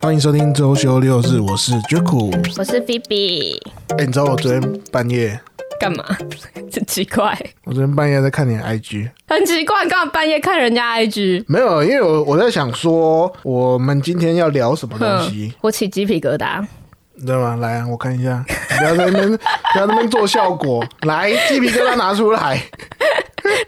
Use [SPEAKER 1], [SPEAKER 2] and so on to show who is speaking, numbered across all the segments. [SPEAKER 1] 欢迎收听周休六日，我是绝苦。
[SPEAKER 2] 我是菲比，
[SPEAKER 1] 哎、你知道我昨天半夜，
[SPEAKER 2] 干嘛？ 很奇怪，
[SPEAKER 1] 我昨天半夜在看你的 IG，
[SPEAKER 2] 很奇怪，你干嘛半夜看人家 IG？
[SPEAKER 1] 没有，因为我我在想说我们今天要聊什么东西
[SPEAKER 2] 哼，，我起鸡皮疙 瘩。
[SPEAKER 1] 你知道吗？来、啊，我看一下，不要在那边 不要在那边做效果，来，鸡皮疙瘩拿出来，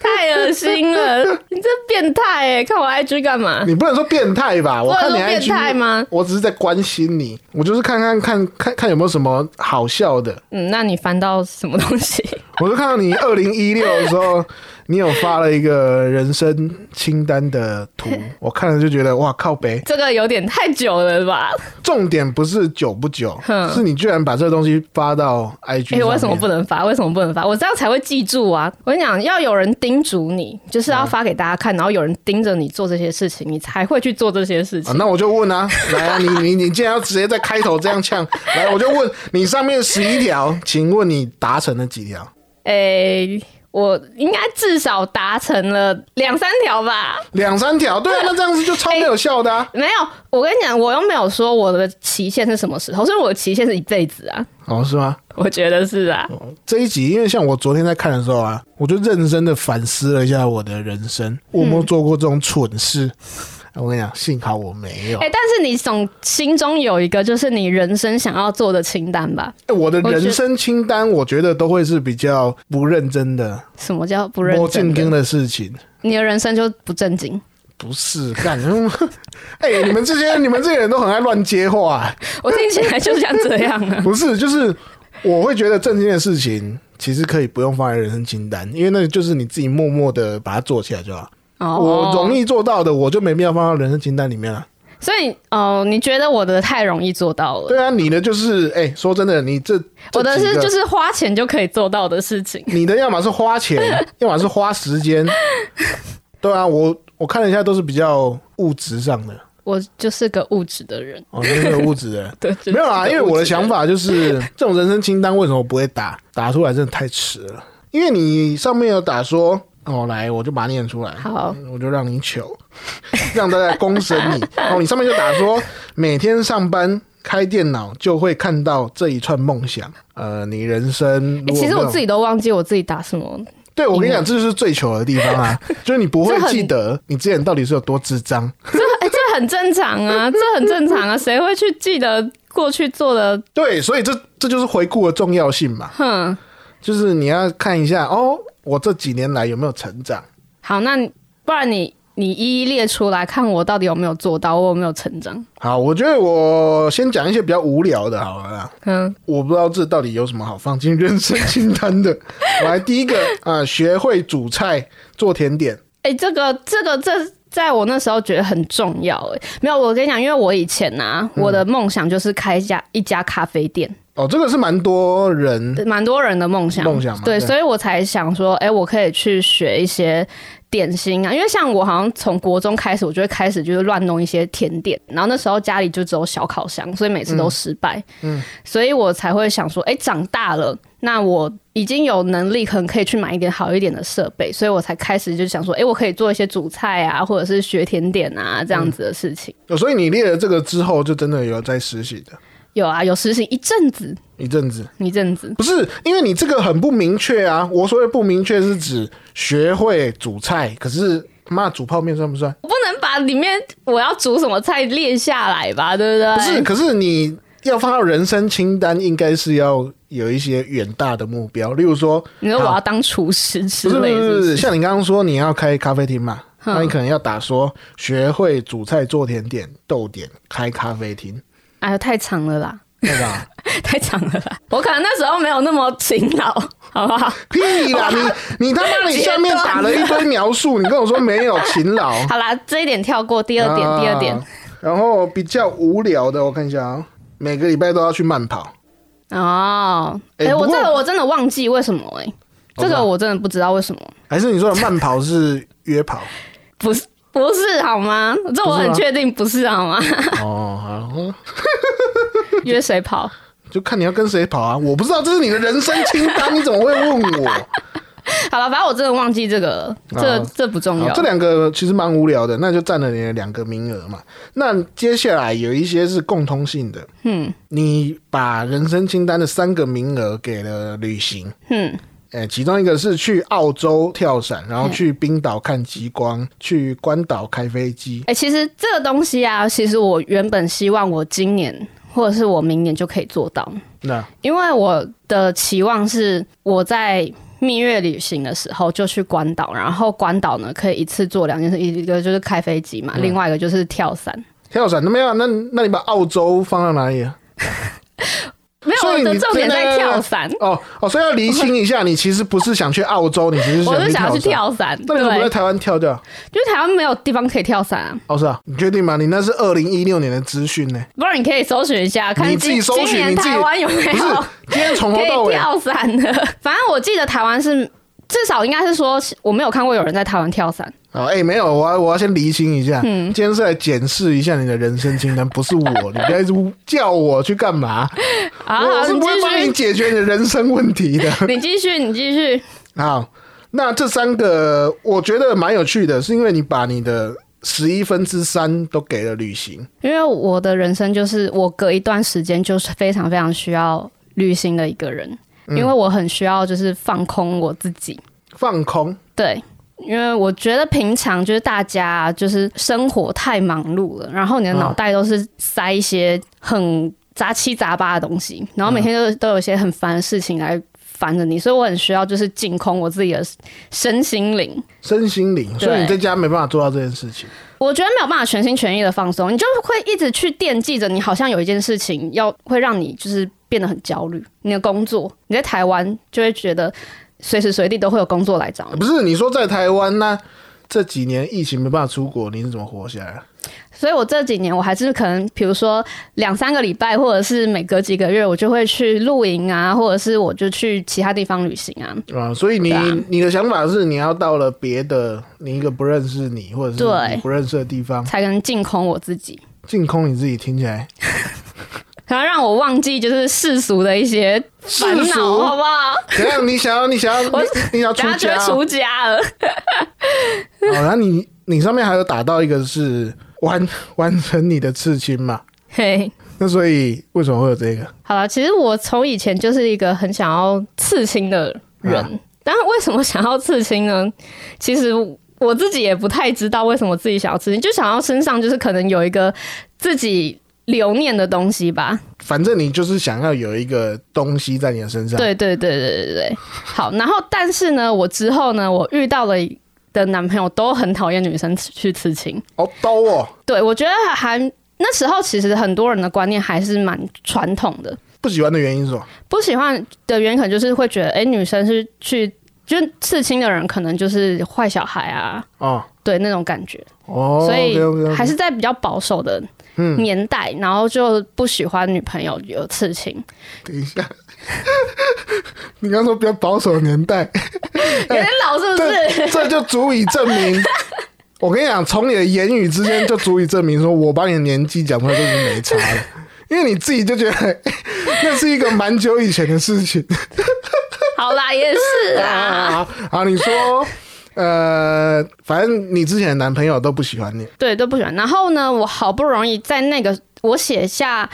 [SPEAKER 2] 太恶心了！你这变态哎，看我 IG 干嘛？
[SPEAKER 1] 你不能说变态 吧？
[SPEAKER 2] 我
[SPEAKER 1] 我
[SPEAKER 2] 有
[SPEAKER 1] 看你
[SPEAKER 2] 说变
[SPEAKER 1] IG
[SPEAKER 2] 态吗
[SPEAKER 1] 我只是在关心你，我就是看看看看看有没有什么好笑的。
[SPEAKER 2] 嗯，那你翻到什么东西？
[SPEAKER 1] 我就看到你二零一六的时候，你有发了一个人生清单的 图，我看了就觉得哇靠北。
[SPEAKER 2] 这个有点太久了吧？
[SPEAKER 1] 重点不是久不久，
[SPEAKER 2] 哼
[SPEAKER 1] 是你居然把这个东西发到 IG
[SPEAKER 2] 哎、
[SPEAKER 1] 上面。
[SPEAKER 2] 为什么不能发？为什么不能发？我这样才会记住啊！我跟你讲，要有人叮嘱你，就是要发给大家看，然后有人盯着你做这些事情，你才会去做这些事
[SPEAKER 1] 啊
[SPEAKER 2] 情。
[SPEAKER 1] 那我就问 啊，来啊，你你你竟然要直接在开头这样呛，来，我就问你上面十一条，请问你达成了几条？
[SPEAKER 2] 哎、我应该至少达成了两三条吧。
[SPEAKER 1] 两三条，对啊，那这样子就超没有效的啊！
[SPEAKER 2] 没有，我跟你讲，我又没有说我的期限是什么时候，所以我的期限是一辈子啊，
[SPEAKER 1] 哦，是吗？
[SPEAKER 2] 我觉得是啊。
[SPEAKER 1] 这一集，因为像我昨天在看的时候啊，我就认真的反思了一下我的人生，我有没有做过这种蠢事？我跟你讲，幸好我没有。
[SPEAKER 2] 哎、但是你总心中有一个就是你人生想要做的清单吧？
[SPEAKER 1] 哎我的
[SPEAKER 2] 我觉
[SPEAKER 1] 人生清单，我觉得都会是比较不认真的、
[SPEAKER 2] 什么叫不认
[SPEAKER 1] 摸
[SPEAKER 2] 真
[SPEAKER 1] 进
[SPEAKER 2] 的
[SPEAKER 1] 根的事情。
[SPEAKER 2] 你的人生就不正经。
[SPEAKER 1] 不是干，嗯 哎、你们这些你们这些人都很爱乱接话、
[SPEAKER 2] 我听起来就像这样 啊。
[SPEAKER 1] 不是，就是我会觉得正经的事情其实可以不用放在人生清单，因为那就是你自己默默的把它做起来就好。
[SPEAKER 2] 哦
[SPEAKER 1] 我容，易做到的，我就没必要放到人生清单里面了。
[SPEAKER 2] 所以哦，你觉得我的太容易做到了，
[SPEAKER 1] 对啊，你的就是哎、说真的，你这
[SPEAKER 2] 我的
[SPEAKER 1] 这
[SPEAKER 2] 是
[SPEAKER 1] 几个
[SPEAKER 2] 就是花钱就可以做到的事情。
[SPEAKER 1] 你的，要么是花钱， 要么是花时间。对啊，我我看了一下，都是比较物质上的
[SPEAKER 2] 我就是个物质的人，
[SPEAKER 1] 哦，那个物质的
[SPEAKER 2] 对，就是
[SPEAKER 1] 没有啊，
[SPEAKER 2] 个
[SPEAKER 1] 因为我
[SPEAKER 2] 物
[SPEAKER 1] 的
[SPEAKER 2] 质人
[SPEAKER 1] 想法就是，这种人生清单为什么不会打？打出来真的太迟了，因为你上面有打说哦，来我就把它念出来，
[SPEAKER 2] 好，
[SPEAKER 1] 嗯我就让你糗， 让大家公审你。哦，你上面就打说每天上班开电脑就会看到这一串梦想。呃，你人生
[SPEAKER 2] 欸
[SPEAKER 1] 如果
[SPEAKER 2] 其
[SPEAKER 1] 没
[SPEAKER 2] 实我嗯
[SPEAKER 1] 有
[SPEAKER 2] 自己都忘记我自己打什么
[SPEAKER 1] 对我跟你讲，这就是最糗的地方 啊，就是你不会记得你之前到底是有多智障。
[SPEAKER 2] 哎、这很正常啊，这很正常啊，谁会去记得过去做的？
[SPEAKER 1] 对，所以这这就是回顾的重要性嘛，
[SPEAKER 2] 哼，
[SPEAKER 1] 就是你要看一下哦，我这几年来有没有成长。
[SPEAKER 2] 好，那你不然你你一一列出来，看我到底有没有做到，我有没有成长？
[SPEAKER 1] 好，我觉得我先讲一些比较无聊的，好了啦。
[SPEAKER 2] 嗯，
[SPEAKER 1] 我不知道这到底有什么好放进人生清单的。我来第一个啊、学会煮菜做甜点。
[SPEAKER 2] 哎、这个这个这。在我那时候觉得很重要、欸，没有，我跟你讲，因为我以前啊，我的梦想就是开一家一家咖啡店，
[SPEAKER 1] 哦，这个是蛮多人
[SPEAKER 2] 蛮多人的梦想，
[SPEAKER 1] 梦想嘛
[SPEAKER 2] 对，
[SPEAKER 1] 对
[SPEAKER 2] 所以我才想说，哎、我可以去学一些点心啊，因为像我好像从国中开始，我就会开始就是乱弄一些甜点，然后那时候家里就只有小烤箱，所以每次都失败，嗯，所以我才会想说，哎、长大了，那我已经有能力，可能可以去买一点好一点的设备，所以我才开始就想说，哎、我可以做一些主菜啊，或者是学甜点啊这样子的事情。
[SPEAKER 1] 哦，所以你列了这个之后，就真的有在实习的
[SPEAKER 2] 有啊，有实行一阵子，
[SPEAKER 1] 一阵子。
[SPEAKER 2] 一阵子。
[SPEAKER 1] 不是，因为你这个很不明确啊。我所谓不明确是指学会煮菜，可是妈煮泡面算不算？
[SPEAKER 2] 我不能把里面我要煮什么菜列下来吧，对不对？
[SPEAKER 1] 不是，可是你要放到人生清单，应该是要有一些远大的目标，例如说，
[SPEAKER 2] 你说我
[SPEAKER 1] 好
[SPEAKER 2] 要当厨师之
[SPEAKER 1] 不是不是
[SPEAKER 2] 类的，
[SPEAKER 1] 不
[SPEAKER 2] 是不
[SPEAKER 1] 是，
[SPEAKER 2] 是
[SPEAKER 1] 像你刚刚说你要开咖啡厅嘛，
[SPEAKER 2] 嗯
[SPEAKER 1] 那你可能要打说学会煮菜、做甜点、豆点、开咖啡 厅，啊
[SPEAKER 2] 哎呦，太长 了啦，
[SPEAKER 1] 对吧？
[SPEAKER 2] 太长了啦。我可能那时候没有那么勤劳，好不
[SPEAKER 1] 哦
[SPEAKER 2] 好？
[SPEAKER 1] 屁啦，你你他妈你下面打了一堆描述，你跟我说没有勤劳，
[SPEAKER 2] 好啦，这一点跳过。 第二点，
[SPEAKER 1] 啊
[SPEAKER 2] 第二点，。
[SPEAKER 1] 然后比较无聊的，我看一下啊、每个礼拜都要去慢跑。
[SPEAKER 2] 哦，
[SPEAKER 1] 哎
[SPEAKER 2] 哎、
[SPEAKER 1] 不
[SPEAKER 2] 我
[SPEAKER 1] 过
[SPEAKER 2] 这个我真的忘记为什么哎、
[SPEAKER 1] 哦
[SPEAKER 2] 这
[SPEAKER 1] 是啊
[SPEAKER 2] 个我真的不知道为什么，
[SPEAKER 1] 还是你说的慢跑是约 跑？
[SPEAKER 2] 不是不是好吗？这
[SPEAKER 1] 不
[SPEAKER 2] 我
[SPEAKER 1] 是吗
[SPEAKER 2] 很确定不是好吗？
[SPEAKER 1] 哦，好，嗯
[SPEAKER 2] 约谁跑？
[SPEAKER 1] 就看你要跟谁跑啊！我不知道这是你的人生清单，你怎么会问我？
[SPEAKER 2] 好了，反正我真的忘记这个了，这个
[SPEAKER 1] 啊
[SPEAKER 2] 这不重
[SPEAKER 1] 好
[SPEAKER 2] 要
[SPEAKER 1] 这。两个其实蛮无聊的，那就占了你的两个名额嘛。那接下来有一些是共通性的，
[SPEAKER 2] 嗯
[SPEAKER 1] 你把人生清单的三个名额给了旅行，
[SPEAKER 2] 嗯，
[SPEAKER 1] 诶、其中一个是去澳洲跳伞，然后去冰岛看极光，去关岛开飞机。
[SPEAKER 2] 哎、其实这个东西啊，其实我原本希望我今年或者是我明年就可以做到，
[SPEAKER 1] 那
[SPEAKER 2] 因为我的期望是我在蜜月旅行的时候就去关岛，然后关岛呢可以一次做两件事，一一个就是开飞机
[SPEAKER 1] 嗯
[SPEAKER 2] 嘛，另外一个就是跳伞。
[SPEAKER 1] 跳伞那没有？那那你把澳洲放到哪里啊？
[SPEAKER 2] 没有，
[SPEAKER 1] 所以
[SPEAKER 2] 我的
[SPEAKER 1] 你
[SPEAKER 2] 重点
[SPEAKER 1] 真的
[SPEAKER 2] 在跳伞，
[SPEAKER 1] 哦哦，所以要厘清一下，你其实不是想去澳洲，你其实是
[SPEAKER 2] 我
[SPEAKER 1] 想
[SPEAKER 2] 是
[SPEAKER 1] 去
[SPEAKER 2] 想要
[SPEAKER 1] 跳
[SPEAKER 2] 去
[SPEAKER 1] 伞。
[SPEAKER 2] 跳伞，
[SPEAKER 1] 那
[SPEAKER 2] 对，
[SPEAKER 1] 你怎么在
[SPEAKER 2] 就
[SPEAKER 1] 台湾跳掉？
[SPEAKER 2] 是台湾没有地方可以跳伞啊，
[SPEAKER 1] 哦，是啊，你确定吗？你那是二零一六年的资讯呢，
[SPEAKER 2] 不然你可以搜寻一下，看
[SPEAKER 1] 你自己
[SPEAKER 2] 今
[SPEAKER 1] 搜寻
[SPEAKER 2] 今年
[SPEAKER 1] 你自己
[SPEAKER 2] 台湾有没
[SPEAKER 1] 不是
[SPEAKER 2] 有。
[SPEAKER 1] 今天从头
[SPEAKER 2] 可
[SPEAKER 1] 到
[SPEAKER 2] 以
[SPEAKER 1] 尾，
[SPEAKER 2] 跳伞的。 反正我记得台湾是至少应该是说，我没有看过有人在台湾跳伞。
[SPEAKER 1] 哦，哎、没有，我要我要先厘清一下，
[SPEAKER 2] 嗯
[SPEAKER 1] 今天是来检视一下你的人生清单，不是我，你不要一直叫我去干嘛？
[SPEAKER 2] 好，
[SPEAKER 1] 我
[SPEAKER 2] 啊好
[SPEAKER 1] 是
[SPEAKER 2] 你
[SPEAKER 1] 不会帮你
[SPEAKER 2] 继
[SPEAKER 1] 解
[SPEAKER 2] 续，
[SPEAKER 1] 决你的人生问题的。
[SPEAKER 2] 你继续，你继续。
[SPEAKER 1] 好，那这三个我觉得蛮有趣的，是因为你把你的十一分之三都给了旅行。
[SPEAKER 2] 因为我的人生就是我隔一段时间就是非常非常需要旅行的一个人，因为我很需要就是放空我自己。
[SPEAKER 1] 放空，
[SPEAKER 2] 对，因为我觉得平常就是大家就是生活太忙碌了，然后你的脑袋都是塞一些很杂七杂八的东西，然后每天都都有一些很烦的事情来烦着你，所以我很需要就是净空我自己的身心灵。
[SPEAKER 1] 身心灵，所以你在家没办法做到这件事情。
[SPEAKER 2] 我觉得没有办法全心全意的放松，你就会一直去惦记着你好像有一件事情要会让你就是变得很焦虑。你的工作，你在台湾就会觉得随时随地都会有工作来找你。
[SPEAKER 1] 不是你说在台湾那这几年疫情没办法出国，你是怎么活下来的？
[SPEAKER 2] 所以我这几年我还是可能，比如说两三个礼拜，或者是每隔几个月，我就会去露营啊，或者是我就去其他地方旅行啊。
[SPEAKER 1] 啊、所以你、
[SPEAKER 2] 对啊
[SPEAKER 1] 你的想法是你要到了别的你一个不认识你或者是
[SPEAKER 2] 对
[SPEAKER 1] 你不认识的地方，
[SPEAKER 2] 才能净空我自己，
[SPEAKER 1] 净空你自己听起来
[SPEAKER 2] 然后让我忘记就是世俗的一些
[SPEAKER 1] 世
[SPEAKER 2] 烦恼，好
[SPEAKER 1] 俗
[SPEAKER 2] 不好？
[SPEAKER 1] 怎样？你想要你想要 你你 想要出
[SPEAKER 2] 等下就
[SPEAKER 1] 家
[SPEAKER 2] 会
[SPEAKER 1] 哦？
[SPEAKER 2] 出 家了。
[SPEAKER 1] 好然后你你上面还有打到一个是完完成你的刺青嘛？
[SPEAKER 2] 嘿，
[SPEAKER 1] 那所以为什么会有这个？
[SPEAKER 2] 好了，其实我从以前就是一个很想要刺青的人，
[SPEAKER 1] 啊
[SPEAKER 2] 但是为什么想要刺青呢？其实我自己也不太知道为什么自己想要刺青，就想要身上就是可能有一个自己留念的东西吧。
[SPEAKER 1] 反正你就是想要有一个东西在你的身上。
[SPEAKER 2] 对对对对对对对。好，然后但是呢，我之后呢，我遇到了的男朋友都很讨厌女生去刺青。
[SPEAKER 1] 哦，刀哦，
[SPEAKER 2] 对，我觉得还那时候其实很多人的观念还是蛮传统的，
[SPEAKER 1] 不喜欢的原因是什么？
[SPEAKER 2] 不喜欢的原因可能就是会觉得，哎、女生是去就是刺青的人，可能就是坏小孩啊，
[SPEAKER 1] 哦
[SPEAKER 2] 对那种感觉，
[SPEAKER 1] 哦，
[SPEAKER 2] 所以
[SPEAKER 1] OK，OK，OK
[SPEAKER 2] 还是在比较保守的年代，然后就不喜欢女朋友有刺青，
[SPEAKER 1] 等一下， 你刚说比较保守的年代，嗯
[SPEAKER 2] 有点老是不是？
[SPEAKER 1] 这这就足以证 明。我跟你讲，从你的言语之间就足以证明，说我把你的年纪讲出来就是没差了，因为你自己就觉得 那是一个蛮久以前的事情
[SPEAKER 2] 好啦，也是啊。
[SPEAKER 1] 啊。 好，你说，呃，反正你之前的男朋友都不喜欢你，
[SPEAKER 2] 对，都不喜欢。然后呢，我好不容易在那个我写下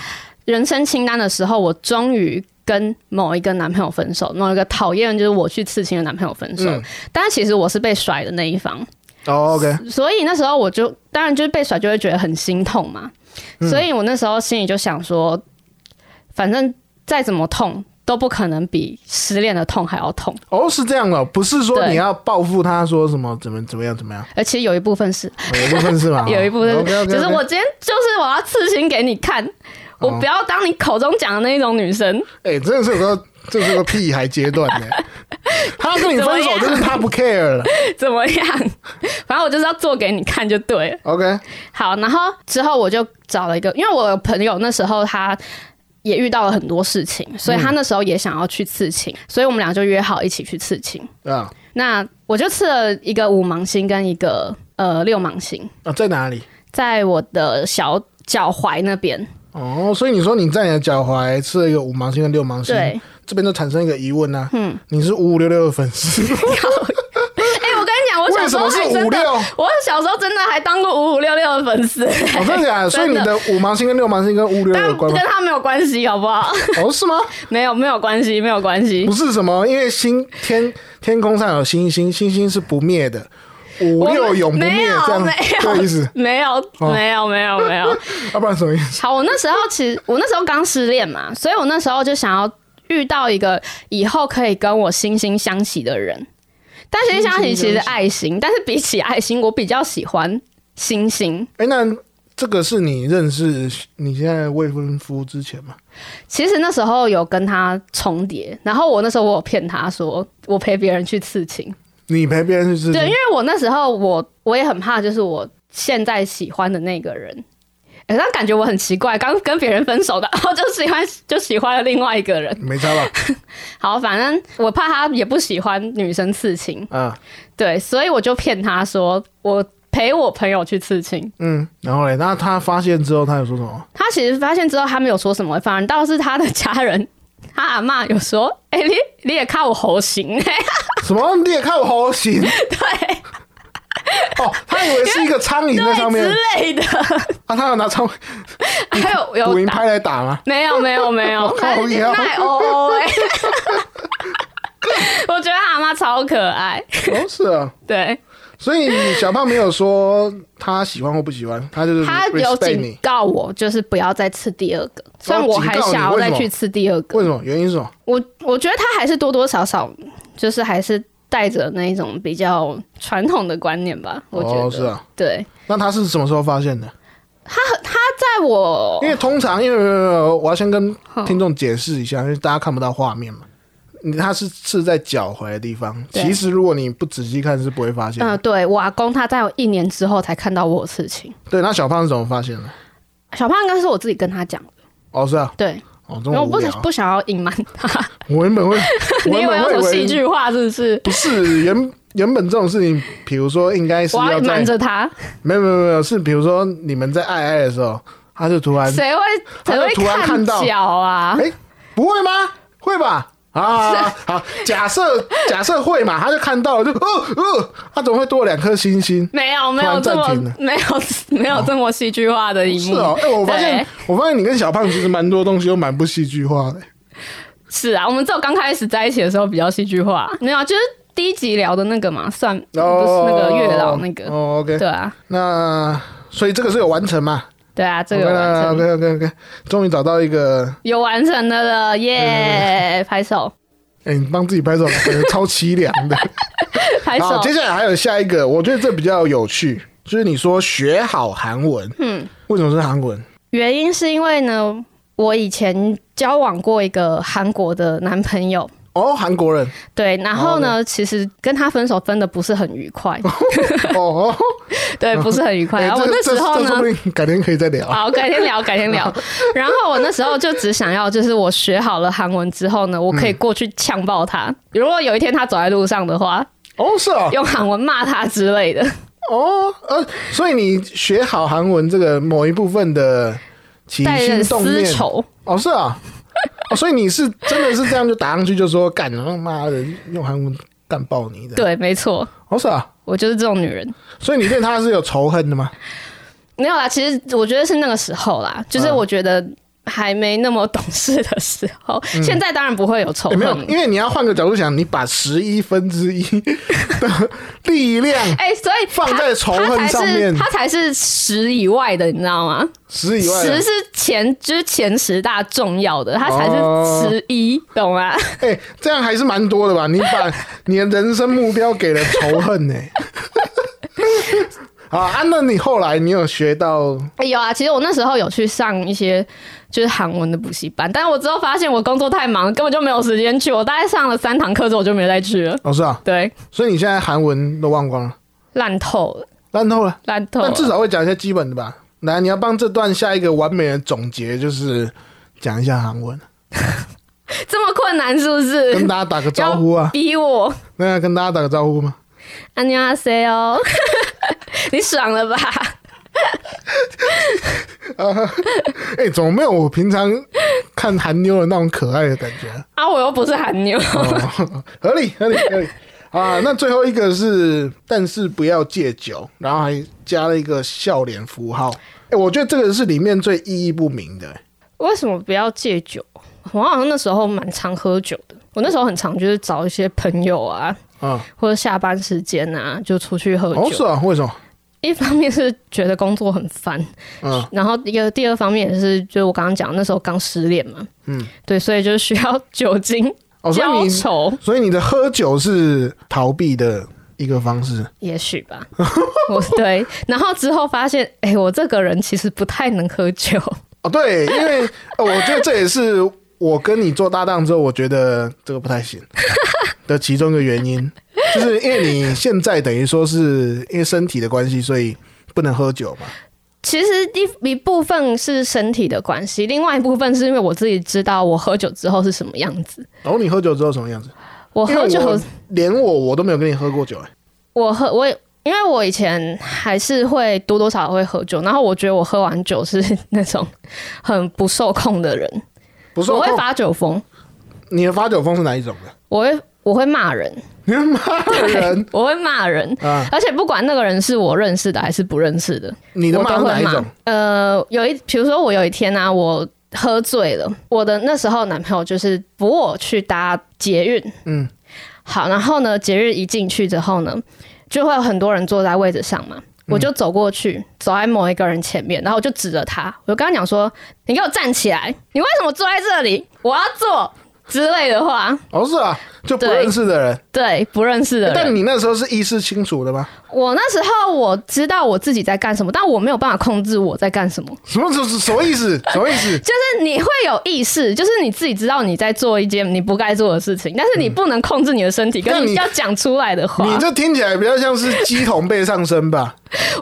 [SPEAKER 2] 人生清单的时候，我终于跟某一个男朋友分手，某一个讨厌就是我去刺青的男朋友分手。
[SPEAKER 1] 嗯
[SPEAKER 2] 但是其实我是被甩的那一方，
[SPEAKER 1] 哦，OK，
[SPEAKER 2] 所以那时候我就当然就是被甩，就会觉得很心痛嘛。所以我那时候心里就想说，反正再怎么痛都不可能比失恋的痛还要痛。
[SPEAKER 1] 哦，是这样的，不是说
[SPEAKER 2] 对
[SPEAKER 1] 你要报复他说什么怎么怎么样怎么样，
[SPEAKER 2] 而其实有一部分是
[SPEAKER 1] 哦有一部分是吧
[SPEAKER 2] ？
[SPEAKER 1] 哦
[SPEAKER 2] 有一部分是
[SPEAKER 1] OK，OK，OK 啊
[SPEAKER 2] 就是我今天就是我要刺青给你看，我不要当你口中讲的那一种女生。
[SPEAKER 1] 哎、真的是有个，这是个屁孩阶段呢、他跟你分手，就是他不 care 了。
[SPEAKER 2] 怎么样？反正我就是要做给你看就对了。
[SPEAKER 1] OK，
[SPEAKER 2] 好，然后之后我就找了一个，因为我有朋友那时候他也遇到了很多事情，
[SPEAKER 1] 嗯
[SPEAKER 2] 所以他那时候也想要去刺青，所以我们俩就约好一起去刺青。
[SPEAKER 1] 啊
[SPEAKER 2] 那我就刺了一个五芒星跟一个呃六芒星，
[SPEAKER 1] 啊，在哪里？
[SPEAKER 2] 在我的小脚踝那边。
[SPEAKER 1] 哦，所以你说你在你的脚踝吃了一个五芒星跟六芒星，
[SPEAKER 2] 对，
[SPEAKER 1] 这边就产生一个疑问啊，嗯，你是五五六六的粉 丝，
[SPEAKER 2] 哎、我跟你讲，我小
[SPEAKER 1] 为
[SPEAKER 2] 时
[SPEAKER 1] 什
[SPEAKER 2] 候
[SPEAKER 1] 么是
[SPEAKER 2] 还
[SPEAKER 1] 五
[SPEAKER 2] 真的，
[SPEAKER 1] 六？
[SPEAKER 2] 我小时候真的还当过五五六六的粉丝、欸
[SPEAKER 1] 哦，真的 假的？所以你的五芒星跟六芒星跟五五六六有
[SPEAKER 2] 但
[SPEAKER 1] 关
[SPEAKER 2] 跟
[SPEAKER 1] 吗？
[SPEAKER 2] 他没有关系，好不好？
[SPEAKER 1] 哦，是吗？
[SPEAKER 2] 没有，没有关系，没有关系
[SPEAKER 1] 不。是什么，因为星天天空上有星星，星星是不灭的，五
[SPEAKER 2] 我们
[SPEAKER 1] 六永不
[SPEAKER 2] 没
[SPEAKER 1] 灭，
[SPEAKER 2] 有
[SPEAKER 1] 这样
[SPEAKER 2] 没有
[SPEAKER 1] 这个意思，
[SPEAKER 2] 没有，
[SPEAKER 1] 哦
[SPEAKER 2] 没有，没有，没有。
[SPEAKER 1] 要不然什么意思？
[SPEAKER 2] 好，我那时候其实我那时候刚失恋嘛，所以我那时候就想要遇到一个以后可以跟我惺惺相惜的人。但惺惺相惜其实爱心，但是比起爱心，我比较喜欢星星。
[SPEAKER 1] 哎、那这个是你认识你现在的未婚夫之前吗？
[SPEAKER 2] 其实那时候有跟他重叠，然后我那时候我有骗他说我陪别人去刺青，
[SPEAKER 1] 你陪别人去吃？
[SPEAKER 2] 对，因为我那时候我我也很怕，就是我现在喜欢的那个人，哎、他感觉我很奇怪，刚跟别人分手的，然 后就喜欢就喜欢了另外一个人。
[SPEAKER 1] 没差吧？
[SPEAKER 2] 好，反正我怕他也不喜欢女生刺青，
[SPEAKER 1] 啊，
[SPEAKER 2] 对，所以我就骗他说我陪我朋友去刺青。
[SPEAKER 1] 嗯，然后嘞，那他发现之后，他有说什 么？
[SPEAKER 2] 他其实发现之后，他没有说什么，反而倒是他的家人， 他阿嬷有说：“哎、你你也看我猴 形、
[SPEAKER 1] 什么？你也看我好 行？
[SPEAKER 2] 对
[SPEAKER 1] 哦，他以为是一个苍蝇在上
[SPEAKER 2] 对
[SPEAKER 1] 面
[SPEAKER 2] 之类的。
[SPEAKER 1] 啊，他有拿苍
[SPEAKER 2] 还有
[SPEAKER 1] 捕
[SPEAKER 2] 有
[SPEAKER 1] 蝇
[SPEAKER 2] 打
[SPEAKER 1] 拍来打 吗？
[SPEAKER 2] 没有没有没有
[SPEAKER 1] 我，靠
[SPEAKER 2] 他是
[SPEAKER 1] 腰
[SPEAKER 2] 奈欧欧哎，我觉得他阿妈超可爱，
[SPEAKER 1] 哦，是啊。
[SPEAKER 2] 对
[SPEAKER 1] 所以小胖没有说他喜欢或不喜欢，他就是
[SPEAKER 2] 他有
[SPEAKER 1] respect
[SPEAKER 2] 警
[SPEAKER 1] 你。
[SPEAKER 2] 告我，就是不要再吃第二个，虽然我还想要再去吃第二个，
[SPEAKER 1] 为什么？原因是什么？
[SPEAKER 2] 我我觉得他还是多多少少就是还是带着那种比较传统的观念吧，我
[SPEAKER 1] 哦，
[SPEAKER 2] 觉
[SPEAKER 1] 是
[SPEAKER 2] 得、哦
[SPEAKER 1] 啊。
[SPEAKER 2] 对。
[SPEAKER 1] 那他是什么时候发现的？
[SPEAKER 2] 在我
[SPEAKER 1] 因为通常，因为没有没有没有我要先跟听众解释一下，因为大家看不到画面嘛。你他是是在脚踝的地方，
[SPEAKER 2] 对
[SPEAKER 1] 其实如果你不仔细看是不会发现
[SPEAKER 2] 嗯、
[SPEAKER 1] 的。
[SPEAKER 2] 对我阿公他在我一年之后才看到我有刺青，
[SPEAKER 1] 对，那小胖是怎么发现的？
[SPEAKER 2] 小胖应该是我自己跟他讲的，
[SPEAKER 1] 哦，是啊，
[SPEAKER 2] 对，
[SPEAKER 1] 哦，这
[SPEAKER 2] 因为
[SPEAKER 1] 么
[SPEAKER 2] 我
[SPEAKER 1] 无
[SPEAKER 2] 不
[SPEAKER 1] 聊。
[SPEAKER 2] 不想要隐瞒他。
[SPEAKER 1] 我原 本会，
[SPEAKER 2] 你
[SPEAKER 1] 我
[SPEAKER 2] 以
[SPEAKER 1] 原
[SPEAKER 2] 为有什
[SPEAKER 1] 本
[SPEAKER 2] 么
[SPEAKER 1] 会
[SPEAKER 2] 戏
[SPEAKER 1] 以为
[SPEAKER 2] 剧化是不是？
[SPEAKER 1] 不是原原本这种事情，比如说应该是
[SPEAKER 2] 我
[SPEAKER 1] 要
[SPEAKER 2] 要
[SPEAKER 1] 在
[SPEAKER 2] 瞒着他，
[SPEAKER 1] 没有没有没有，是比如说你们在爱爱的时候，他就突然
[SPEAKER 2] 谁会
[SPEAKER 1] 他
[SPEAKER 2] 谁
[SPEAKER 1] 就
[SPEAKER 2] 会
[SPEAKER 1] 突然看到
[SPEAKER 2] 脚啊
[SPEAKER 1] 哎、？不会吗？会吧？啊，好，假设假设会嘛，他就看到了，就哦哦，他怎么会多了两颗星星？
[SPEAKER 2] 没有没有
[SPEAKER 1] 突
[SPEAKER 2] 这
[SPEAKER 1] 然暂
[SPEAKER 2] 么
[SPEAKER 1] 停了
[SPEAKER 2] 没有没有 这么戏剧化的一
[SPEAKER 1] 是
[SPEAKER 2] 幕。
[SPEAKER 1] 哦，哎、我发现
[SPEAKER 2] 嗯对
[SPEAKER 1] 我发现你跟小胖其实蛮多东西都蛮不戏剧化的、
[SPEAKER 2] 是啊，我们只有刚开始在一起的时候比较戏剧化，没有啊就是第一集聊的那个嘛，算不是那个月老那个，
[SPEAKER 1] 哦，OK，
[SPEAKER 2] 对啊
[SPEAKER 1] 那所以这个是有完成嘛？
[SPEAKER 2] 对啊，这个有完成
[SPEAKER 1] OK OK OK，终于找到一个，
[SPEAKER 2] 有完成的了耶！拍手
[SPEAKER 1] 哎、你帮自己拍手，感觉超凄凉的。
[SPEAKER 2] 拍
[SPEAKER 1] 好，
[SPEAKER 2] 手，
[SPEAKER 1] 接下来还有下一个，我觉得这比较有趣，就是你说学好韩文，嗯，为什么是韩文？
[SPEAKER 2] 原因是因为呢，我以前交往过一个韩国的男朋友。
[SPEAKER 1] 哦，韩国人，
[SPEAKER 2] 对，然后呢，其实跟他分手分的不是很愉快，
[SPEAKER 1] 哦，哦
[SPEAKER 2] 对，不是很愉快。
[SPEAKER 1] 哎
[SPEAKER 2] 然后我
[SPEAKER 1] 这
[SPEAKER 2] 那时候
[SPEAKER 1] 这这说
[SPEAKER 2] 呢，
[SPEAKER 1] 不定改天可以再聊。
[SPEAKER 2] 好，改天聊，改天 聊。然后我那时候就只想要，就是我学好了韩文之后呢，我可以过去呛爆他。如果有一天他走在路上的话，
[SPEAKER 1] 哦，是嗯哦，
[SPEAKER 2] 用韩文骂他之类的。
[SPEAKER 1] 哦，呃，所以你学好韩文这个某一部分的起
[SPEAKER 2] 带
[SPEAKER 1] 心
[SPEAKER 2] 着
[SPEAKER 1] 动
[SPEAKER 2] 丝
[SPEAKER 1] 念，
[SPEAKER 2] 绸，
[SPEAKER 1] 哦，是啊，哦，所以你是真的是这样就打上去就说干，然后妈的用韩文干爆你的，，
[SPEAKER 2] 对，没错，
[SPEAKER 1] 哦是啊，
[SPEAKER 2] 我就是这种女人。
[SPEAKER 1] 所以你对他是有仇恨 的吗？
[SPEAKER 2] 没有啦，其实我觉得是那个时候啦，就是
[SPEAKER 1] 嗯
[SPEAKER 2] 我觉得还没那么懂事的时候。现在当然不会有仇
[SPEAKER 1] 也嗯
[SPEAKER 2] 恨
[SPEAKER 1] 没有
[SPEAKER 2] 了，，
[SPEAKER 1] 因为你要换个角度想，你把十一分之一 的力量
[SPEAKER 2] 哎、所以
[SPEAKER 1] 放
[SPEAKER 2] 他
[SPEAKER 1] 在仇
[SPEAKER 2] 他
[SPEAKER 1] 恨
[SPEAKER 2] 才
[SPEAKER 1] 上
[SPEAKER 2] 是
[SPEAKER 1] 面，
[SPEAKER 2] 他才是十以外的，你知道吗？
[SPEAKER 1] 十以外啊
[SPEAKER 2] 十
[SPEAKER 1] 的，
[SPEAKER 2] 是前就是前十大重要的，他才
[SPEAKER 1] 哦
[SPEAKER 2] 是十一，懂吗？
[SPEAKER 1] 哎、这样还是蛮多的吧？你 把你的人生目标给了仇恨呢、 好啊，那你后来你有学到
[SPEAKER 2] 哎有啊，其实我那时候有去上一些就是韩文的补习班，但是我之后发现我工作太忙，根本就没有时间去。我大概上了三堂课之后，我就没再去了。
[SPEAKER 1] 老师啊？
[SPEAKER 2] 对，
[SPEAKER 1] 所以你现在韩文都忘光了，
[SPEAKER 2] 烂透了，
[SPEAKER 1] 烂透了。
[SPEAKER 2] 烂透了。
[SPEAKER 1] 但至少会讲一些基本的吧？来，你要帮这段下一个完美的总结，就是讲一下韩文，
[SPEAKER 2] 这么困难是不
[SPEAKER 1] 跟
[SPEAKER 2] 是？
[SPEAKER 1] 大家打个招呼啊！
[SPEAKER 2] 逼我，
[SPEAKER 1] 那要跟大家打个招呼吗？
[SPEAKER 2] 安妮阿塞哦， 你爽了吧？
[SPEAKER 1] 哎、怎么没有我平常看韩妞的那种可爱的感觉。
[SPEAKER 2] 啊，我又不是韩妞，
[SPEAKER 1] 哦， 合理合理合理啊！那最后一个是，但是不要戒酒，然后还加了一个笑脸符号。哎、我觉得这个是里面最意义不明的、
[SPEAKER 2] 为什么不要戒酒？我好像那时候蛮常喝酒的，我那时候很常就是找一些朋友啊，
[SPEAKER 1] 嗯，
[SPEAKER 2] 或者下班时间啊，就出去喝
[SPEAKER 1] 哦，
[SPEAKER 2] 酒。
[SPEAKER 1] 是啊，为什么？
[SPEAKER 2] 一方面是觉得工作很烦，
[SPEAKER 1] 嗯
[SPEAKER 2] 然后一个第二方面也是，就我刚刚讲那时候刚失恋嘛，
[SPEAKER 1] 嗯，
[SPEAKER 2] 对，所以就需要酒精
[SPEAKER 1] 哦，所以
[SPEAKER 2] 浇
[SPEAKER 1] 你，
[SPEAKER 2] 愁，
[SPEAKER 1] 所以你的喝酒是逃避的一个方式。
[SPEAKER 2] 也许 吧。我对，然后之后发现，哎、我这个人其实不太能喝酒，
[SPEAKER 1] 哦，对，因为、呃我觉得这也是我跟你做搭档之后，我觉得这个不太行的其中一个原因，就是因为你现在等于说是因为身体的关系，所以不能喝酒嘛。
[SPEAKER 2] 其实一一部分是身体的关系，另外一部分是因为我自己知道我喝酒之后是什么样子。
[SPEAKER 1] 然后你喝酒之后什么样子？
[SPEAKER 2] 我
[SPEAKER 1] 因为
[SPEAKER 2] 喝酒，
[SPEAKER 1] 我连我我都没有跟你喝过酒、欸，
[SPEAKER 2] 我喝我也。因为我以前还是会多多少少会喝酒，然后我觉得我喝完酒是那种很不受控的人，
[SPEAKER 1] 不是
[SPEAKER 2] 我会
[SPEAKER 1] 哦
[SPEAKER 2] 发酒疯，
[SPEAKER 1] 你的发酒疯是哪一种的？
[SPEAKER 2] 我会我会骂人，
[SPEAKER 1] 你骂人
[SPEAKER 2] 我会骂人，
[SPEAKER 1] 啊？
[SPEAKER 2] 而且不管那个人是我认识的还是不认识的，
[SPEAKER 1] 你的
[SPEAKER 2] 我
[SPEAKER 1] 骂
[SPEAKER 2] 都
[SPEAKER 1] 是
[SPEAKER 2] 会
[SPEAKER 1] 哪一
[SPEAKER 2] 骂
[SPEAKER 1] 种？。
[SPEAKER 2] 呃，有一，比如说我有一天呢、啊，我喝醉了，我的那时候男朋友就是扶我去搭捷运，
[SPEAKER 1] 嗯，
[SPEAKER 2] 好，然后呢，节日一进去之后呢，就会有很多人坐在位置上嘛。
[SPEAKER 1] 嗯
[SPEAKER 2] 我就走过去，走在某一个人前面，然后我就指着他，我就跟他讲说：“你给我站起来！你为什么坐在这里？我要坐之类的话。
[SPEAKER 1] 哦，是啊，就不
[SPEAKER 2] 对
[SPEAKER 1] 认识的人。”
[SPEAKER 2] 对，不认识的人。
[SPEAKER 1] 但你那时候是意识清楚的吗？
[SPEAKER 2] 我那时候我知道我自己在干什么，但我没有办法控制我在干什么。
[SPEAKER 1] 什么什么什么意思？什么意思？
[SPEAKER 2] 就是你会有意识，就是你自己知道你在做一件你不该做的事情，但是你不能控制你的身体，
[SPEAKER 1] 那
[SPEAKER 2] 跟
[SPEAKER 1] 你
[SPEAKER 2] 你要讲出来的话。
[SPEAKER 1] 你这听起来比较像是鸡同背上身吧？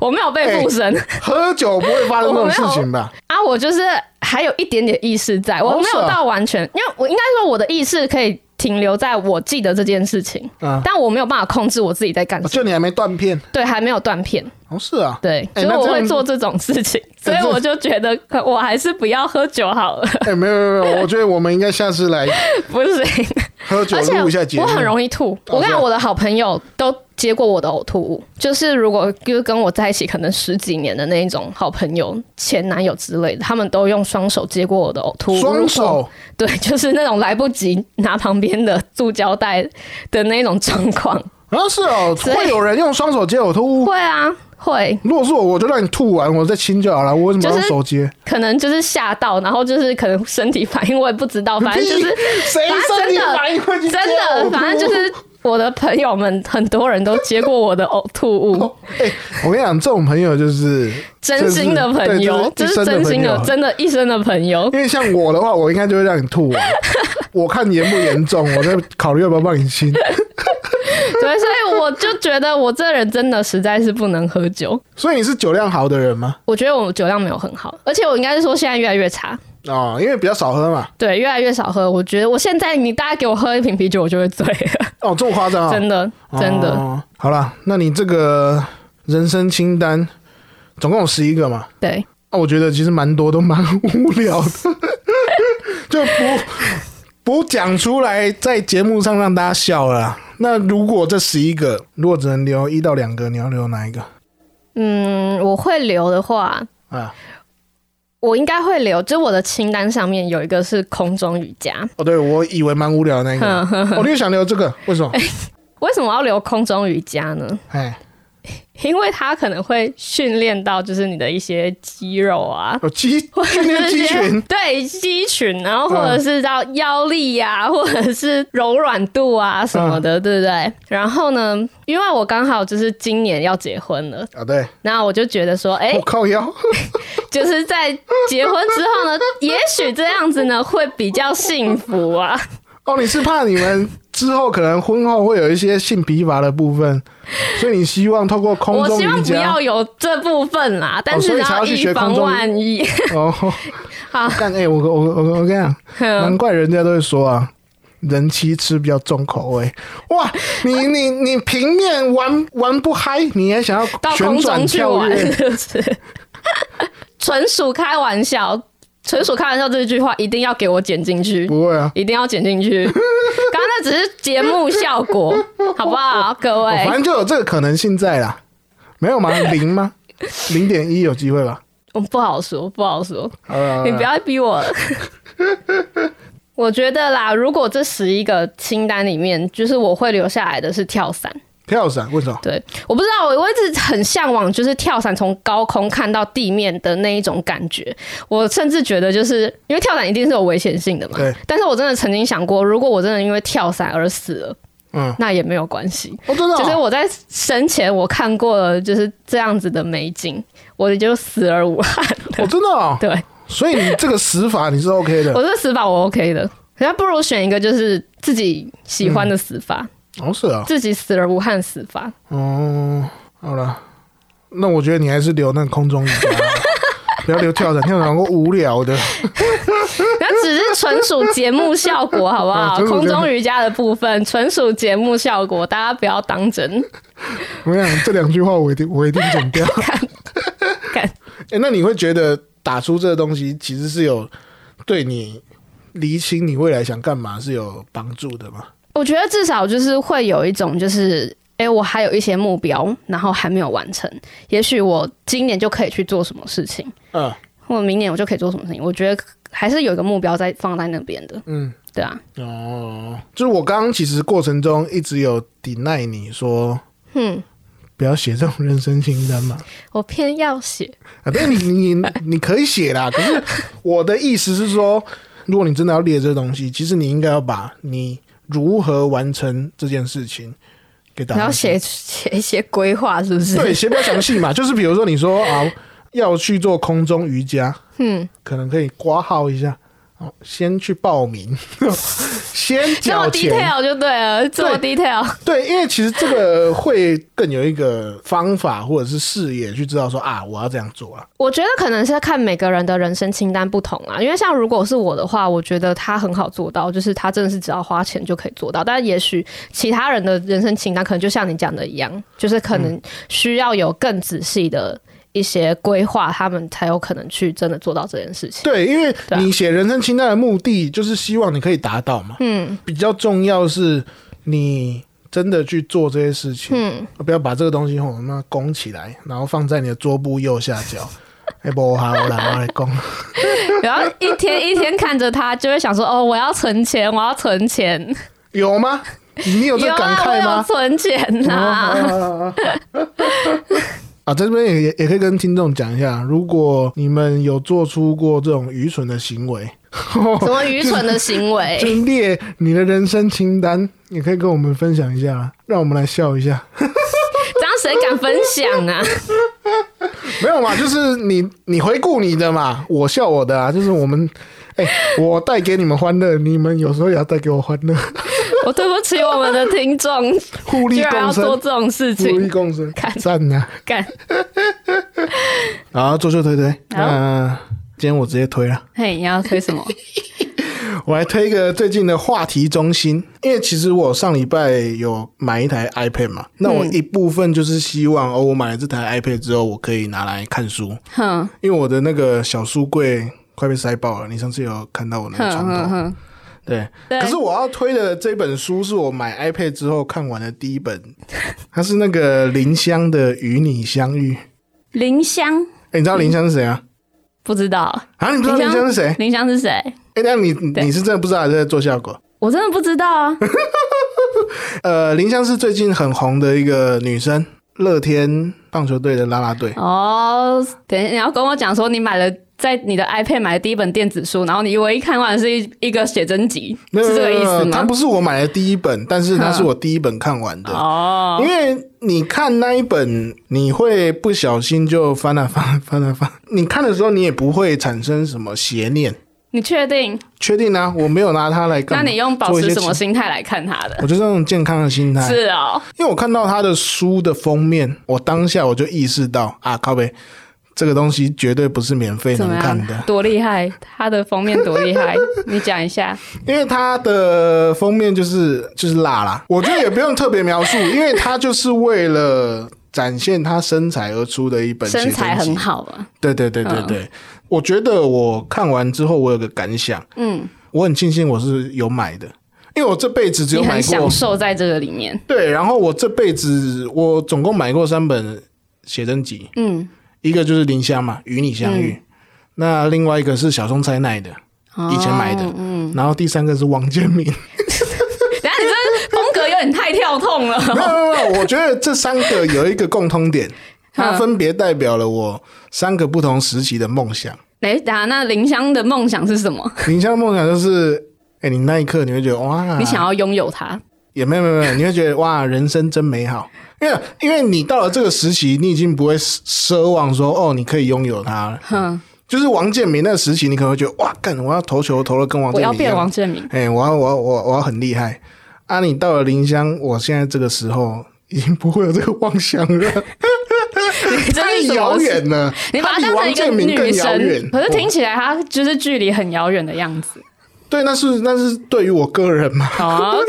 [SPEAKER 2] 我没有被附身、哎
[SPEAKER 1] 喝酒不会发生这种事情吧？
[SPEAKER 2] 啊，我就是还有一点点意识在，我
[SPEAKER 1] 哦
[SPEAKER 2] 没
[SPEAKER 1] 是啊
[SPEAKER 2] 有到完全，因为我应该说我的意识可以停留在我记得这件事情，
[SPEAKER 1] 啊，
[SPEAKER 2] 但我没有办法控制我自己在干什么。
[SPEAKER 1] 就你还没断片。
[SPEAKER 2] 对，还没有断片，
[SPEAKER 1] 哦，是啊。
[SPEAKER 2] 对，
[SPEAKER 1] 哎
[SPEAKER 2] 所以
[SPEAKER 1] 那
[SPEAKER 2] 我
[SPEAKER 1] 这样
[SPEAKER 2] 会做这种事情，所以
[SPEAKER 1] 这
[SPEAKER 2] 我就觉得我还是不要喝酒好了，
[SPEAKER 1] 哎、没有没有没有，我觉得我们应该下次来
[SPEAKER 2] 不行。
[SPEAKER 1] 喝酒
[SPEAKER 2] 而且
[SPEAKER 1] 录一下节目。
[SPEAKER 2] 我很容易吐，我跟你
[SPEAKER 1] 是啊
[SPEAKER 2] 讲，我的好朋友都接过我的呕吐物，就是如果就是跟我在一起可能十几年的那一种好朋友、前男友之类的，他们都用双手接过我的呕吐物。
[SPEAKER 1] 双
[SPEAKER 2] 如果
[SPEAKER 1] 手，
[SPEAKER 2] 对， 就是那种来不及拿旁边的塑胶袋的那种状况。
[SPEAKER 1] 啊是哦，
[SPEAKER 2] 所以
[SPEAKER 1] 会有人用双手接呕吐物。
[SPEAKER 2] 会啊，会，
[SPEAKER 1] 如果是我，我就让你吐完，我再亲就好了。我为什么要用手接？
[SPEAKER 2] 可能就是吓到，然后就是可能身体反应，我也不知道，反正就是
[SPEAKER 1] 屁谁
[SPEAKER 2] 反正
[SPEAKER 1] 身体
[SPEAKER 2] 真的
[SPEAKER 1] 反应会去
[SPEAKER 2] 真的，反正就是我的朋友们很多人都接过我的呕吐物。
[SPEAKER 1] 哎、我跟你讲，这种朋友就是
[SPEAKER 2] 真心的朋友，
[SPEAKER 1] 这
[SPEAKER 2] 这
[SPEAKER 1] 是
[SPEAKER 2] 是
[SPEAKER 1] 对这是一生的
[SPEAKER 2] 真心的
[SPEAKER 1] 朋友，
[SPEAKER 2] 真的一生的朋 友。
[SPEAKER 1] 因为像我的话，我应该就会让你吐 完。我看严不严重，我再考虑要不要帮你清。
[SPEAKER 2] 对，所以我就觉得我这人真的实在是不能喝酒。
[SPEAKER 1] 所以你是酒量好的人吗？
[SPEAKER 2] 我觉得我酒量没有很好，而且我应该是说现在越来越差，
[SPEAKER 1] 哦，因为比较少喝嘛。
[SPEAKER 2] 对，越来越少喝。我觉得我现在你大概给我喝一瓶啤酒，我就会醉了，
[SPEAKER 1] 哦，这么夸张啊！
[SPEAKER 2] 真的真的。
[SPEAKER 1] 哦好啦，那你这个人生清单总共有十一个嘛？
[SPEAKER 2] 对，
[SPEAKER 1] 那我觉得其实蛮多都蛮无聊的， 就不不讲出来，在节目上让大家笑了啦。那如果这十一个，如果只能留一到两个，你要留哪一个
[SPEAKER 2] 嗯，我会留的话，
[SPEAKER 1] 啊？
[SPEAKER 2] 我应该会留，就我的清单上面有一个是空中瑜伽。
[SPEAKER 1] 哦，对，我以为蛮无聊 的那个，我就想留这个，为什么？
[SPEAKER 2] 为什么要留空中瑜伽呢？
[SPEAKER 1] 哎，
[SPEAKER 2] 因为它可能会训练到就是你的一些肌肉啊，
[SPEAKER 1] 有鸡
[SPEAKER 2] 或者
[SPEAKER 1] 训练
[SPEAKER 2] 是
[SPEAKER 1] 鸡群，
[SPEAKER 2] 对肌群，然后或者是到腰力呀、
[SPEAKER 1] 嗯
[SPEAKER 2] 或者是柔软度啊什么的，对不对？然后呢，因为我刚好就是今年要结婚了，
[SPEAKER 1] 啊，对，
[SPEAKER 2] 那我就觉得说，哎、
[SPEAKER 1] 我靠腰，
[SPEAKER 2] 就是在结婚之 后呢，也许这样子呢会比较幸福啊。
[SPEAKER 1] 哦，你是怕你们之后可能婚后会有一些性疲乏的部分，所以你希望透过空
[SPEAKER 2] 我
[SPEAKER 1] 中
[SPEAKER 2] 希望
[SPEAKER 1] 瑜
[SPEAKER 2] 不
[SPEAKER 1] 伽哦
[SPEAKER 2] 要有这部分啦，但
[SPEAKER 1] 所
[SPEAKER 2] 是
[SPEAKER 1] 以
[SPEAKER 2] 然
[SPEAKER 1] 才要
[SPEAKER 2] 后
[SPEAKER 1] 去
[SPEAKER 2] 以
[SPEAKER 1] 学空
[SPEAKER 2] 防
[SPEAKER 1] 中
[SPEAKER 2] 万 一，
[SPEAKER 1] 哦。
[SPEAKER 2] 好，嗯
[SPEAKER 1] 但哎、我我我我跟你讲，难怪人家都会说啊，人妻吃比较重口味。哇，你你你平面玩玩不嗨，你还想要
[SPEAKER 2] 到
[SPEAKER 1] 旋
[SPEAKER 2] 空
[SPEAKER 1] 转
[SPEAKER 2] 中去
[SPEAKER 1] 跳
[SPEAKER 2] 玩
[SPEAKER 1] 跃？
[SPEAKER 2] 是不是？纯属开玩笑，纯属开玩笑，这句话一定要给我剪进去，
[SPEAKER 1] 不会啊，
[SPEAKER 2] 一定要剪 进去。刚刚那只是节目效果，好不好，各
[SPEAKER 1] 哦
[SPEAKER 2] 位
[SPEAKER 1] 反？正就有这个可能性在啦。没有吗？ 零吗？零点一有机会吧？呃
[SPEAKER 2] 我不好说，不好说。
[SPEAKER 1] 好了好了
[SPEAKER 2] 你不要逼 我了。我觉得啦，如果这十一个清单里面，就是我会留下来的是跳伞。
[SPEAKER 1] 跳伞，为什么？
[SPEAKER 2] 对，我不知道，我我一直很向往，就是跳伞从高空看到地面的那一种感觉。我甚至觉得，就是因为跳伞一定是有危险性的嘛。
[SPEAKER 1] 对。
[SPEAKER 2] 但是我真的曾经想过，如果我真的因为跳伞而死了，
[SPEAKER 1] 嗯，
[SPEAKER 2] 那也没有关系。
[SPEAKER 1] 哦，真的、
[SPEAKER 2] 就是
[SPEAKER 1] 哦，
[SPEAKER 2] 我在生前我看过了就是这样子的美景，我就死而无憾。
[SPEAKER 1] 我、真的 哦。
[SPEAKER 2] 对。
[SPEAKER 1] 所以你这个死法你是 OK 的，
[SPEAKER 2] 我这死法我 OK 的，人家不如选一个就是自己喜欢的死法，
[SPEAKER 1] 哦是啊，
[SPEAKER 2] 自己死而无憾死法。
[SPEAKER 1] 哦，好了，那我觉得你还是留那个空中瑜 伽，不要留跳伞，跳伞够无聊的。
[SPEAKER 2] 那只是纯属节目 效果，好不
[SPEAKER 1] 啊
[SPEAKER 2] 好？
[SPEAKER 1] 真的我觉
[SPEAKER 2] 空
[SPEAKER 1] 得
[SPEAKER 2] 中瑜伽的部分纯属节目效果，大家不要 当真。
[SPEAKER 1] 我想这两句话我一定我一定剪 掉。
[SPEAKER 2] 看
[SPEAKER 1] 哎、那你会觉得打出这个东西其实是有对你厘清你未来想干嘛是有帮助的吗？
[SPEAKER 2] 我觉得至少就是会有一种就是。哎、我还有一些目标，然后还没有完成。也许我今年就可以去做什么事情，
[SPEAKER 1] 嗯
[SPEAKER 2] 或者明年我就可以做什么事情。我觉得还是有一个目标在放在那边的，
[SPEAKER 1] 嗯，
[SPEAKER 2] 对啊，
[SPEAKER 1] 哦，就是我刚刚其实过程中一直有抵赖你说
[SPEAKER 2] 嗯，
[SPEAKER 1] 不要写这种人生清单 嘛。
[SPEAKER 2] 我偏要写，
[SPEAKER 1] 啊，但是你你你可以写啦，可是我的意思是说，如果你真的要列这东西，其实你应该要把你如何完成这件事情给打
[SPEAKER 2] 然
[SPEAKER 1] 上
[SPEAKER 2] 后
[SPEAKER 1] 去。
[SPEAKER 2] 写写一些规划，是不是？
[SPEAKER 1] 对，写比较详细 嘛，就是比如说你说啊，要去做空中瑜伽，
[SPEAKER 2] 嗯，
[SPEAKER 1] 可能可以挂号一下，哦，先去报名， 先
[SPEAKER 2] 这
[SPEAKER 1] 缴
[SPEAKER 2] 么
[SPEAKER 1] 钱。
[SPEAKER 2] detail 就对了，这么 detail。
[SPEAKER 1] 对，因为其实这个会更有一个方法或者是视野去知道说啊，我要这样做啊。
[SPEAKER 2] 我觉得可能是看每个人的人生清单不同啊，因为像如果是我的话，我觉得他很好做到，就是他真的是只要花钱就可以做到。但也许其他人的人生清单可能就像你讲的一样，就是可能需要有更仔细的一些规划，他们才有可能去真的做到这件事 情。
[SPEAKER 1] 对，因为
[SPEAKER 2] 对啊
[SPEAKER 1] 你写人生清单的目的就是希望你可以达到嘛。
[SPEAKER 2] 嗯
[SPEAKER 1] 比较重要是你真的去做这些事情，啊
[SPEAKER 2] 嗯，
[SPEAKER 1] 不要把这个东西吼那拱起来，然后放在你的桌布右下角。哎，不好啦，我来拱。
[SPEAKER 2] 然后啊一天一天看着他，就会想说：“哦，我要存钱，我要存钱。”
[SPEAKER 1] 有吗？你有这
[SPEAKER 2] 有
[SPEAKER 1] 个感
[SPEAKER 2] 啊，我
[SPEAKER 1] 慨
[SPEAKER 2] 有
[SPEAKER 1] 吗？
[SPEAKER 2] 存钱呐、
[SPEAKER 1] 啊，啊在这边也也可以跟听众讲一下，如果你们有做出过这种愚蠢的行为，哦
[SPEAKER 2] 什么愚蠢的行
[SPEAKER 1] 就
[SPEAKER 2] 为？
[SPEAKER 1] 是列你的人生清单，也可以跟我们分享一下啦，让我们来笑一下。
[SPEAKER 2] 这样谁敢分享啊？
[SPEAKER 1] 没有嘛，就是你你回顾你的嘛，我笑我的啊，就是我们，哎、我带给你们欢乐，你们有时候也要带给我欢乐，
[SPEAKER 2] 我对不起我们的听众，
[SPEAKER 1] 互利
[SPEAKER 2] 居然
[SPEAKER 1] 共
[SPEAKER 2] 要做
[SPEAKER 1] 生，
[SPEAKER 2] 这种事
[SPEAKER 1] 互利
[SPEAKER 2] 情，
[SPEAKER 1] 共生
[SPEAKER 2] 看，
[SPEAKER 1] 赞呐、
[SPEAKER 2] 干
[SPEAKER 1] 啊！好，做秀推推，
[SPEAKER 2] 好
[SPEAKER 1] 那今天我直接推了，
[SPEAKER 2] 嘿，你要推 什么？
[SPEAKER 1] 我来推一个最近的话题中心，因为其实我上礼拜有买一台 iPad 嘛，那我一部分就是希望哦，我买了这台 iPad 之后，我可以拿来看书，
[SPEAKER 2] 哼
[SPEAKER 1] 因为我的那个小书柜快被塞爆了，你上次有看到我那个
[SPEAKER 2] 哼
[SPEAKER 1] 床头
[SPEAKER 2] 哼。哼，
[SPEAKER 1] 对，
[SPEAKER 2] 对
[SPEAKER 1] 可是我要推的这本书是我买 iPad 之后看完的第一本，它是那个林香的《与你相遇》。
[SPEAKER 2] 林香
[SPEAKER 1] 哎，你知道林香是谁啊？
[SPEAKER 2] 不知道，
[SPEAKER 1] 啊，你不知道林
[SPEAKER 2] 林香
[SPEAKER 1] 香是谁？
[SPEAKER 2] 林香是谁？
[SPEAKER 1] 哎，那你你
[SPEAKER 2] 对
[SPEAKER 1] 你是真的不知道还是在做效果？
[SPEAKER 2] 我真的不知道 啊。
[SPEAKER 1] 呃，林香是最近很红的一个女生，乐天棒球队的啦啦队。
[SPEAKER 2] 哦，等一下你要跟我讲说你买了。在你的 iPad 买的第一本电子书，然后你唯一看完的是一一个写真集，
[SPEAKER 1] 没有
[SPEAKER 2] 是这个
[SPEAKER 1] 没有
[SPEAKER 2] 意思
[SPEAKER 1] 没有它
[SPEAKER 2] 吗？
[SPEAKER 1] 不是我买的第一本，但是它是我第一本看完的。
[SPEAKER 2] 哦，
[SPEAKER 1] 因为你看那一本，你会不小心就翻啊翻啊翻啊翻啊，你看的时候你也不会产生什么邪念。
[SPEAKER 2] 你确定？
[SPEAKER 1] 确定啊，我没有拿它来干
[SPEAKER 2] 那
[SPEAKER 1] 嘛。
[SPEAKER 2] 你用保
[SPEAKER 1] 做一
[SPEAKER 2] 持
[SPEAKER 1] 些
[SPEAKER 2] 什么
[SPEAKER 1] 其？
[SPEAKER 2] 心态来看他的？
[SPEAKER 1] 我就是用健康的心态，
[SPEAKER 2] 是哦，
[SPEAKER 1] 因为我看到他的书的封面，我当下我就意识到啊，靠北，这个东西绝对不是免费
[SPEAKER 2] 怎
[SPEAKER 1] 能
[SPEAKER 2] 么
[SPEAKER 1] 看
[SPEAKER 2] 样？
[SPEAKER 1] 的，
[SPEAKER 2] 多厉害！他的封面多厉 害，你讲一下。
[SPEAKER 1] 因为它的封面就是就是辣啦，我觉得也不用特别描述，因为它就是为了展现他身材而出的一本
[SPEAKER 2] 身材
[SPEAKER 1] 写真
[SPEAKER 2] 很
[SPEAKER 1] 集。
[SPEAKER 2] 好啊，
[SPEAKER 1] 对对对对对，我觉得我看完之后，我有个感想，
[SPEAKER 2] 嗯，
[SPEAKER 1] 我很庆幸我是有买的，因为我这辈子只有
[SPEAKER 2] 你
[SPEAKER 1] 买
[SPEAKER 2] 很
[SPEAKER 1] 过
[SPEAKER 2] 享受在这个里面，
[SPEAKER 1] 对，然后我这辈子我总共买过三本写真集，
[SPEAKER 2] 嗯，
[SPEAKER 1] 一个就是《林香》嘛，《与你相遇》那另外一个是小松菜奈的，以前买的，
[SPEAKER 2] 哦嗯，
[SPEAKER 1] 然后第三个是王建民。
[SPEAKER 2] 等一下你这风格有点太跳痛了，
[SPEAKER 1] 没有没有没有，我觉得这三个有一个共通 点，
[SPEAKER 2] 嗯
[SPEAKER 1] 它分别代表了我三个不同时期的梦想。
[SPEAKER 2] 哎， 等一下那林香的梦想是什么？
[SPEAKER 1] 林香的梦想就是。哎、你那一刻你会觉得哇，
[SPEAKER 2] 你想要拥有它，
[SPEAKER 1] 也没有没有没有，你会觉得哇，人生真美好，因为因为你到了这个时期，你已经不会奢奢望说哦，你可以拥有它了。
[SPEAKER 2] 哼，
[SPEAKER 1] 就是王建民那个时期，你可能会觉得哇，干，我要投球投的跟王
[SPEAKER 2] 我
[SPEAKER 1] 建
[SPEAKER 2] 要
[SPEAKER 1] 民一
[SPEAKER 2] 变
[SPEAKER 1] 样，
[SPEAKER 2] 王建民，
[SPEAKER 1] 哎、我要我要我要我要很厉害啊！你到了林香，我现在这个时候已经不会有这个妄想了，
[SPEAKER 2] 你
[SPEAKER 1] 太
[SPEAKER 2] 这是什么
[SPEAKER 1] 遥？ 远了，
[SPEAKER 2] 你
[SPEAKER 1] 它
[SPEAKER 2] 把它
[SPEAKER 1] 比
[SPEAKER 2] 当成
[SPEAKER 1] 王
[SPEAKER 2] 一个
[SPEAKER 1] 建民
[SPEAKER 2] 女
[SPEAKER 1] 更遥
[SPEAKER 2] 神
[SPEAKER 1] 远，。
[SPEAKER 2] 可是听
[SPEAKER 1] 我
[SPEAKER 2] 起来她就是距离很遥远的样子。
[SPEAKER 1] 对，那是那是对于我个人嘛，
[SPEAKER 2] 哦，OK OK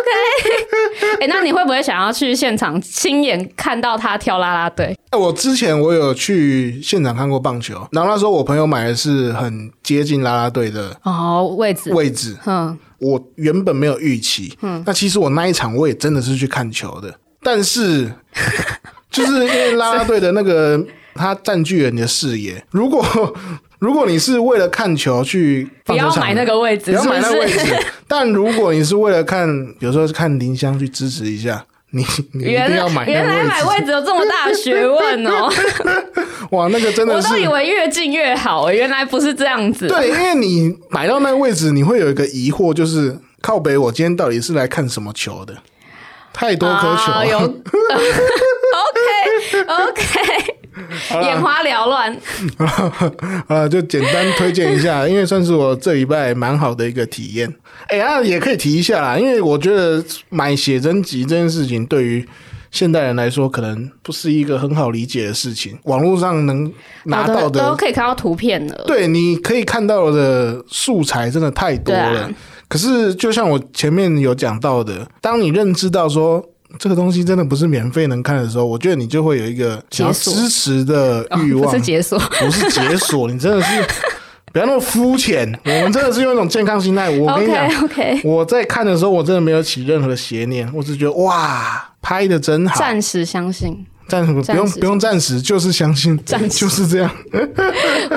[SPEAKER 2] OK，哎、那你会不会想要去现场亲眼看到他跳啦啦队？
[SPEAKER 1] 哎我之前我有去现场看过棒球，然后那时候我朋友买的是很接近啦啦队的
[SPEAKER 2] 哦，位置，
[SPEAKER 1] 位置，
[SPEAKER 2] 嗯，
[SPEAKER 1] 我原本没有预期，嗯，那其实我那一场我也真的是去看球的，但 是就是因为啦啦队的那个它占据了你的视野，如果 如果你是为了看球去
[SPEAKER 2] 不
[SPEAKER 1] 棒球
[SPEAKER 2] 要
[SPEAKER 1] 场
[SPEAKER 2] 买那
[SPEAKER 1] 的。
[SPEAKER 2] 个位
[SPEAKER 1] 不
[SPEAKER 2] 置，
[SPEAKER 1] 要
[SPEAKER 2] 是
[SPEAKER 1] 买那
[SPEAKER 2] 是？
[SPEAKER 1] 位置， 但如果你是为了看，比如说是看林香去支持一下， 你你一
[SPEAKER 2] 原
[SPEAKER 1] 定要
[SPEAKER 2] 来
[SPEAKER 1] 买那
[SPEAKER 2] 原来买
[SPEAKER 1] 个位置。
[SPEAKER 2] 位置有这么大的学问哦！
[SPEAKER 1] 哇，那个真的
[SPEAKER 2] 我
[SPEAKER 1] 是
[SPEAKER 2] 都以为越近越好，欸原来不是这样子。
[SPEAKER 1] 对，因为你买到那个位置，你会有一个疑惑，就是靠北，我今天到底是来看什么球的？太多颗球了、
[SPEAKER 2] 啊有 OK OK，眼花缭乱。
[SPEAKER 1] 啊，就简单推荐一下， 因为算是我这礼拜蛮好的一个体验。哎、呀、也可以提一下啦，因为我觉得买写真集这件事情对于。现代人来说，可能不是一个很好理解的事情。网络上能拿到
[SPEAKER 2] 好
[SPEAKER 1] 的，
[SPEAKER 2] 都可以看到图片了。
[SPEAKER 1] 对，你可以看到的素材真的太多
[SPEAKER 2] 对
[SPEAKER 1] 了。
[SPEAKER 2] 啊
[SPEAKER 1] 可是，就像我前面有讲到的，当你认知到说这个东西真的不是免费能看的时候，我觉得你就会有一个想要
[SPEAKER 2] 解锁
[SPEAKER 1] 支持的
[SPEAKER 2] 哦
[SPEAKER 1] 欲望，
[SPEAKER 2] 不是解锁。
[SPEAKER 1] 不是解锁，你真的是不要那么肤浅。我们真的是用一种健康心态。我跟你讲
[SPEAKER 2] OK OK，
[SPEAKER 1] 我在看的时候，我真的没有起任何的邪念，我只觉得哇，拍的真好。
[SPEAKER 2] 暂时相信，
[SPEAKER 1] 暂时不
[SPEAKER 2] 暂
[SPEAKER 1] 用
[SPEAKER 2] 时
[SPEAKER 1] 不用暂时，就是相信，
[SPEAKER 2] 暂时
[SPEAKER 1] 就是这样。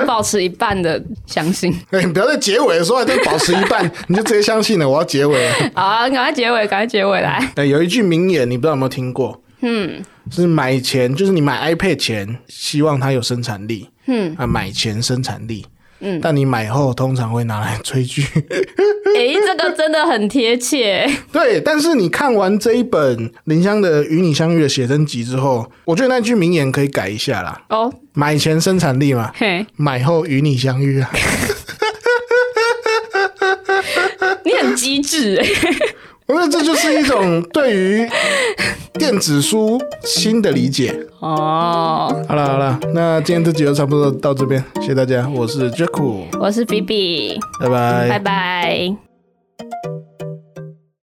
[SPEAKER 2] 保持一半的相信。
[SPEAKER 1] 哎、你不要在结尾的时候还在保持一半，你就直接相信了。我要结尾了。
[SPEAKER 2] 好、啊，赶快结尾，赶快结尾 来。
[SPEAKER 1] 哎、有一句名言，你不知道有没有听过？
[SPEAKER 2] 嗯，
[SPEAKER 1] 是买前，就是你买 iPad 前，希望它有生产力。
[SPEAKER 2] 嗯
[SPEAKER 1] 啊，买前生产力。
[SPEAKER 2] 嗯，
[SPEAKER 1] 但你买后通常会拿来追剧。
[SPEAKER 2] 诶，这个真的很贴切。
[SPEAKER 1] 对，但是你看完这一本林香的《与你相遇》的写真集之后，我觉得那句名言可以改一下啦，
[SPEAKER 2] 哦，
[SPEAKER 1] 买前生产力嘛，
[SPEAKER 2] 嘿，
[SPEAKER 1] 买后与你相遇啊。
[SPEAKER 2] 你很机智欸诶，
[SPEAKER 1] 我觉得这就是一种对于电子书新的理解。
[SPEAKER 2] 哦，
[SPEAKER 1] 好了好了，那今天这集就差不多到这边，谢谢大家，我是 Jack，
[SPEAKER 2] 我是 B B，
[SPEAKER 1] 拜拜，
[SPEAKER 2] 拜拜。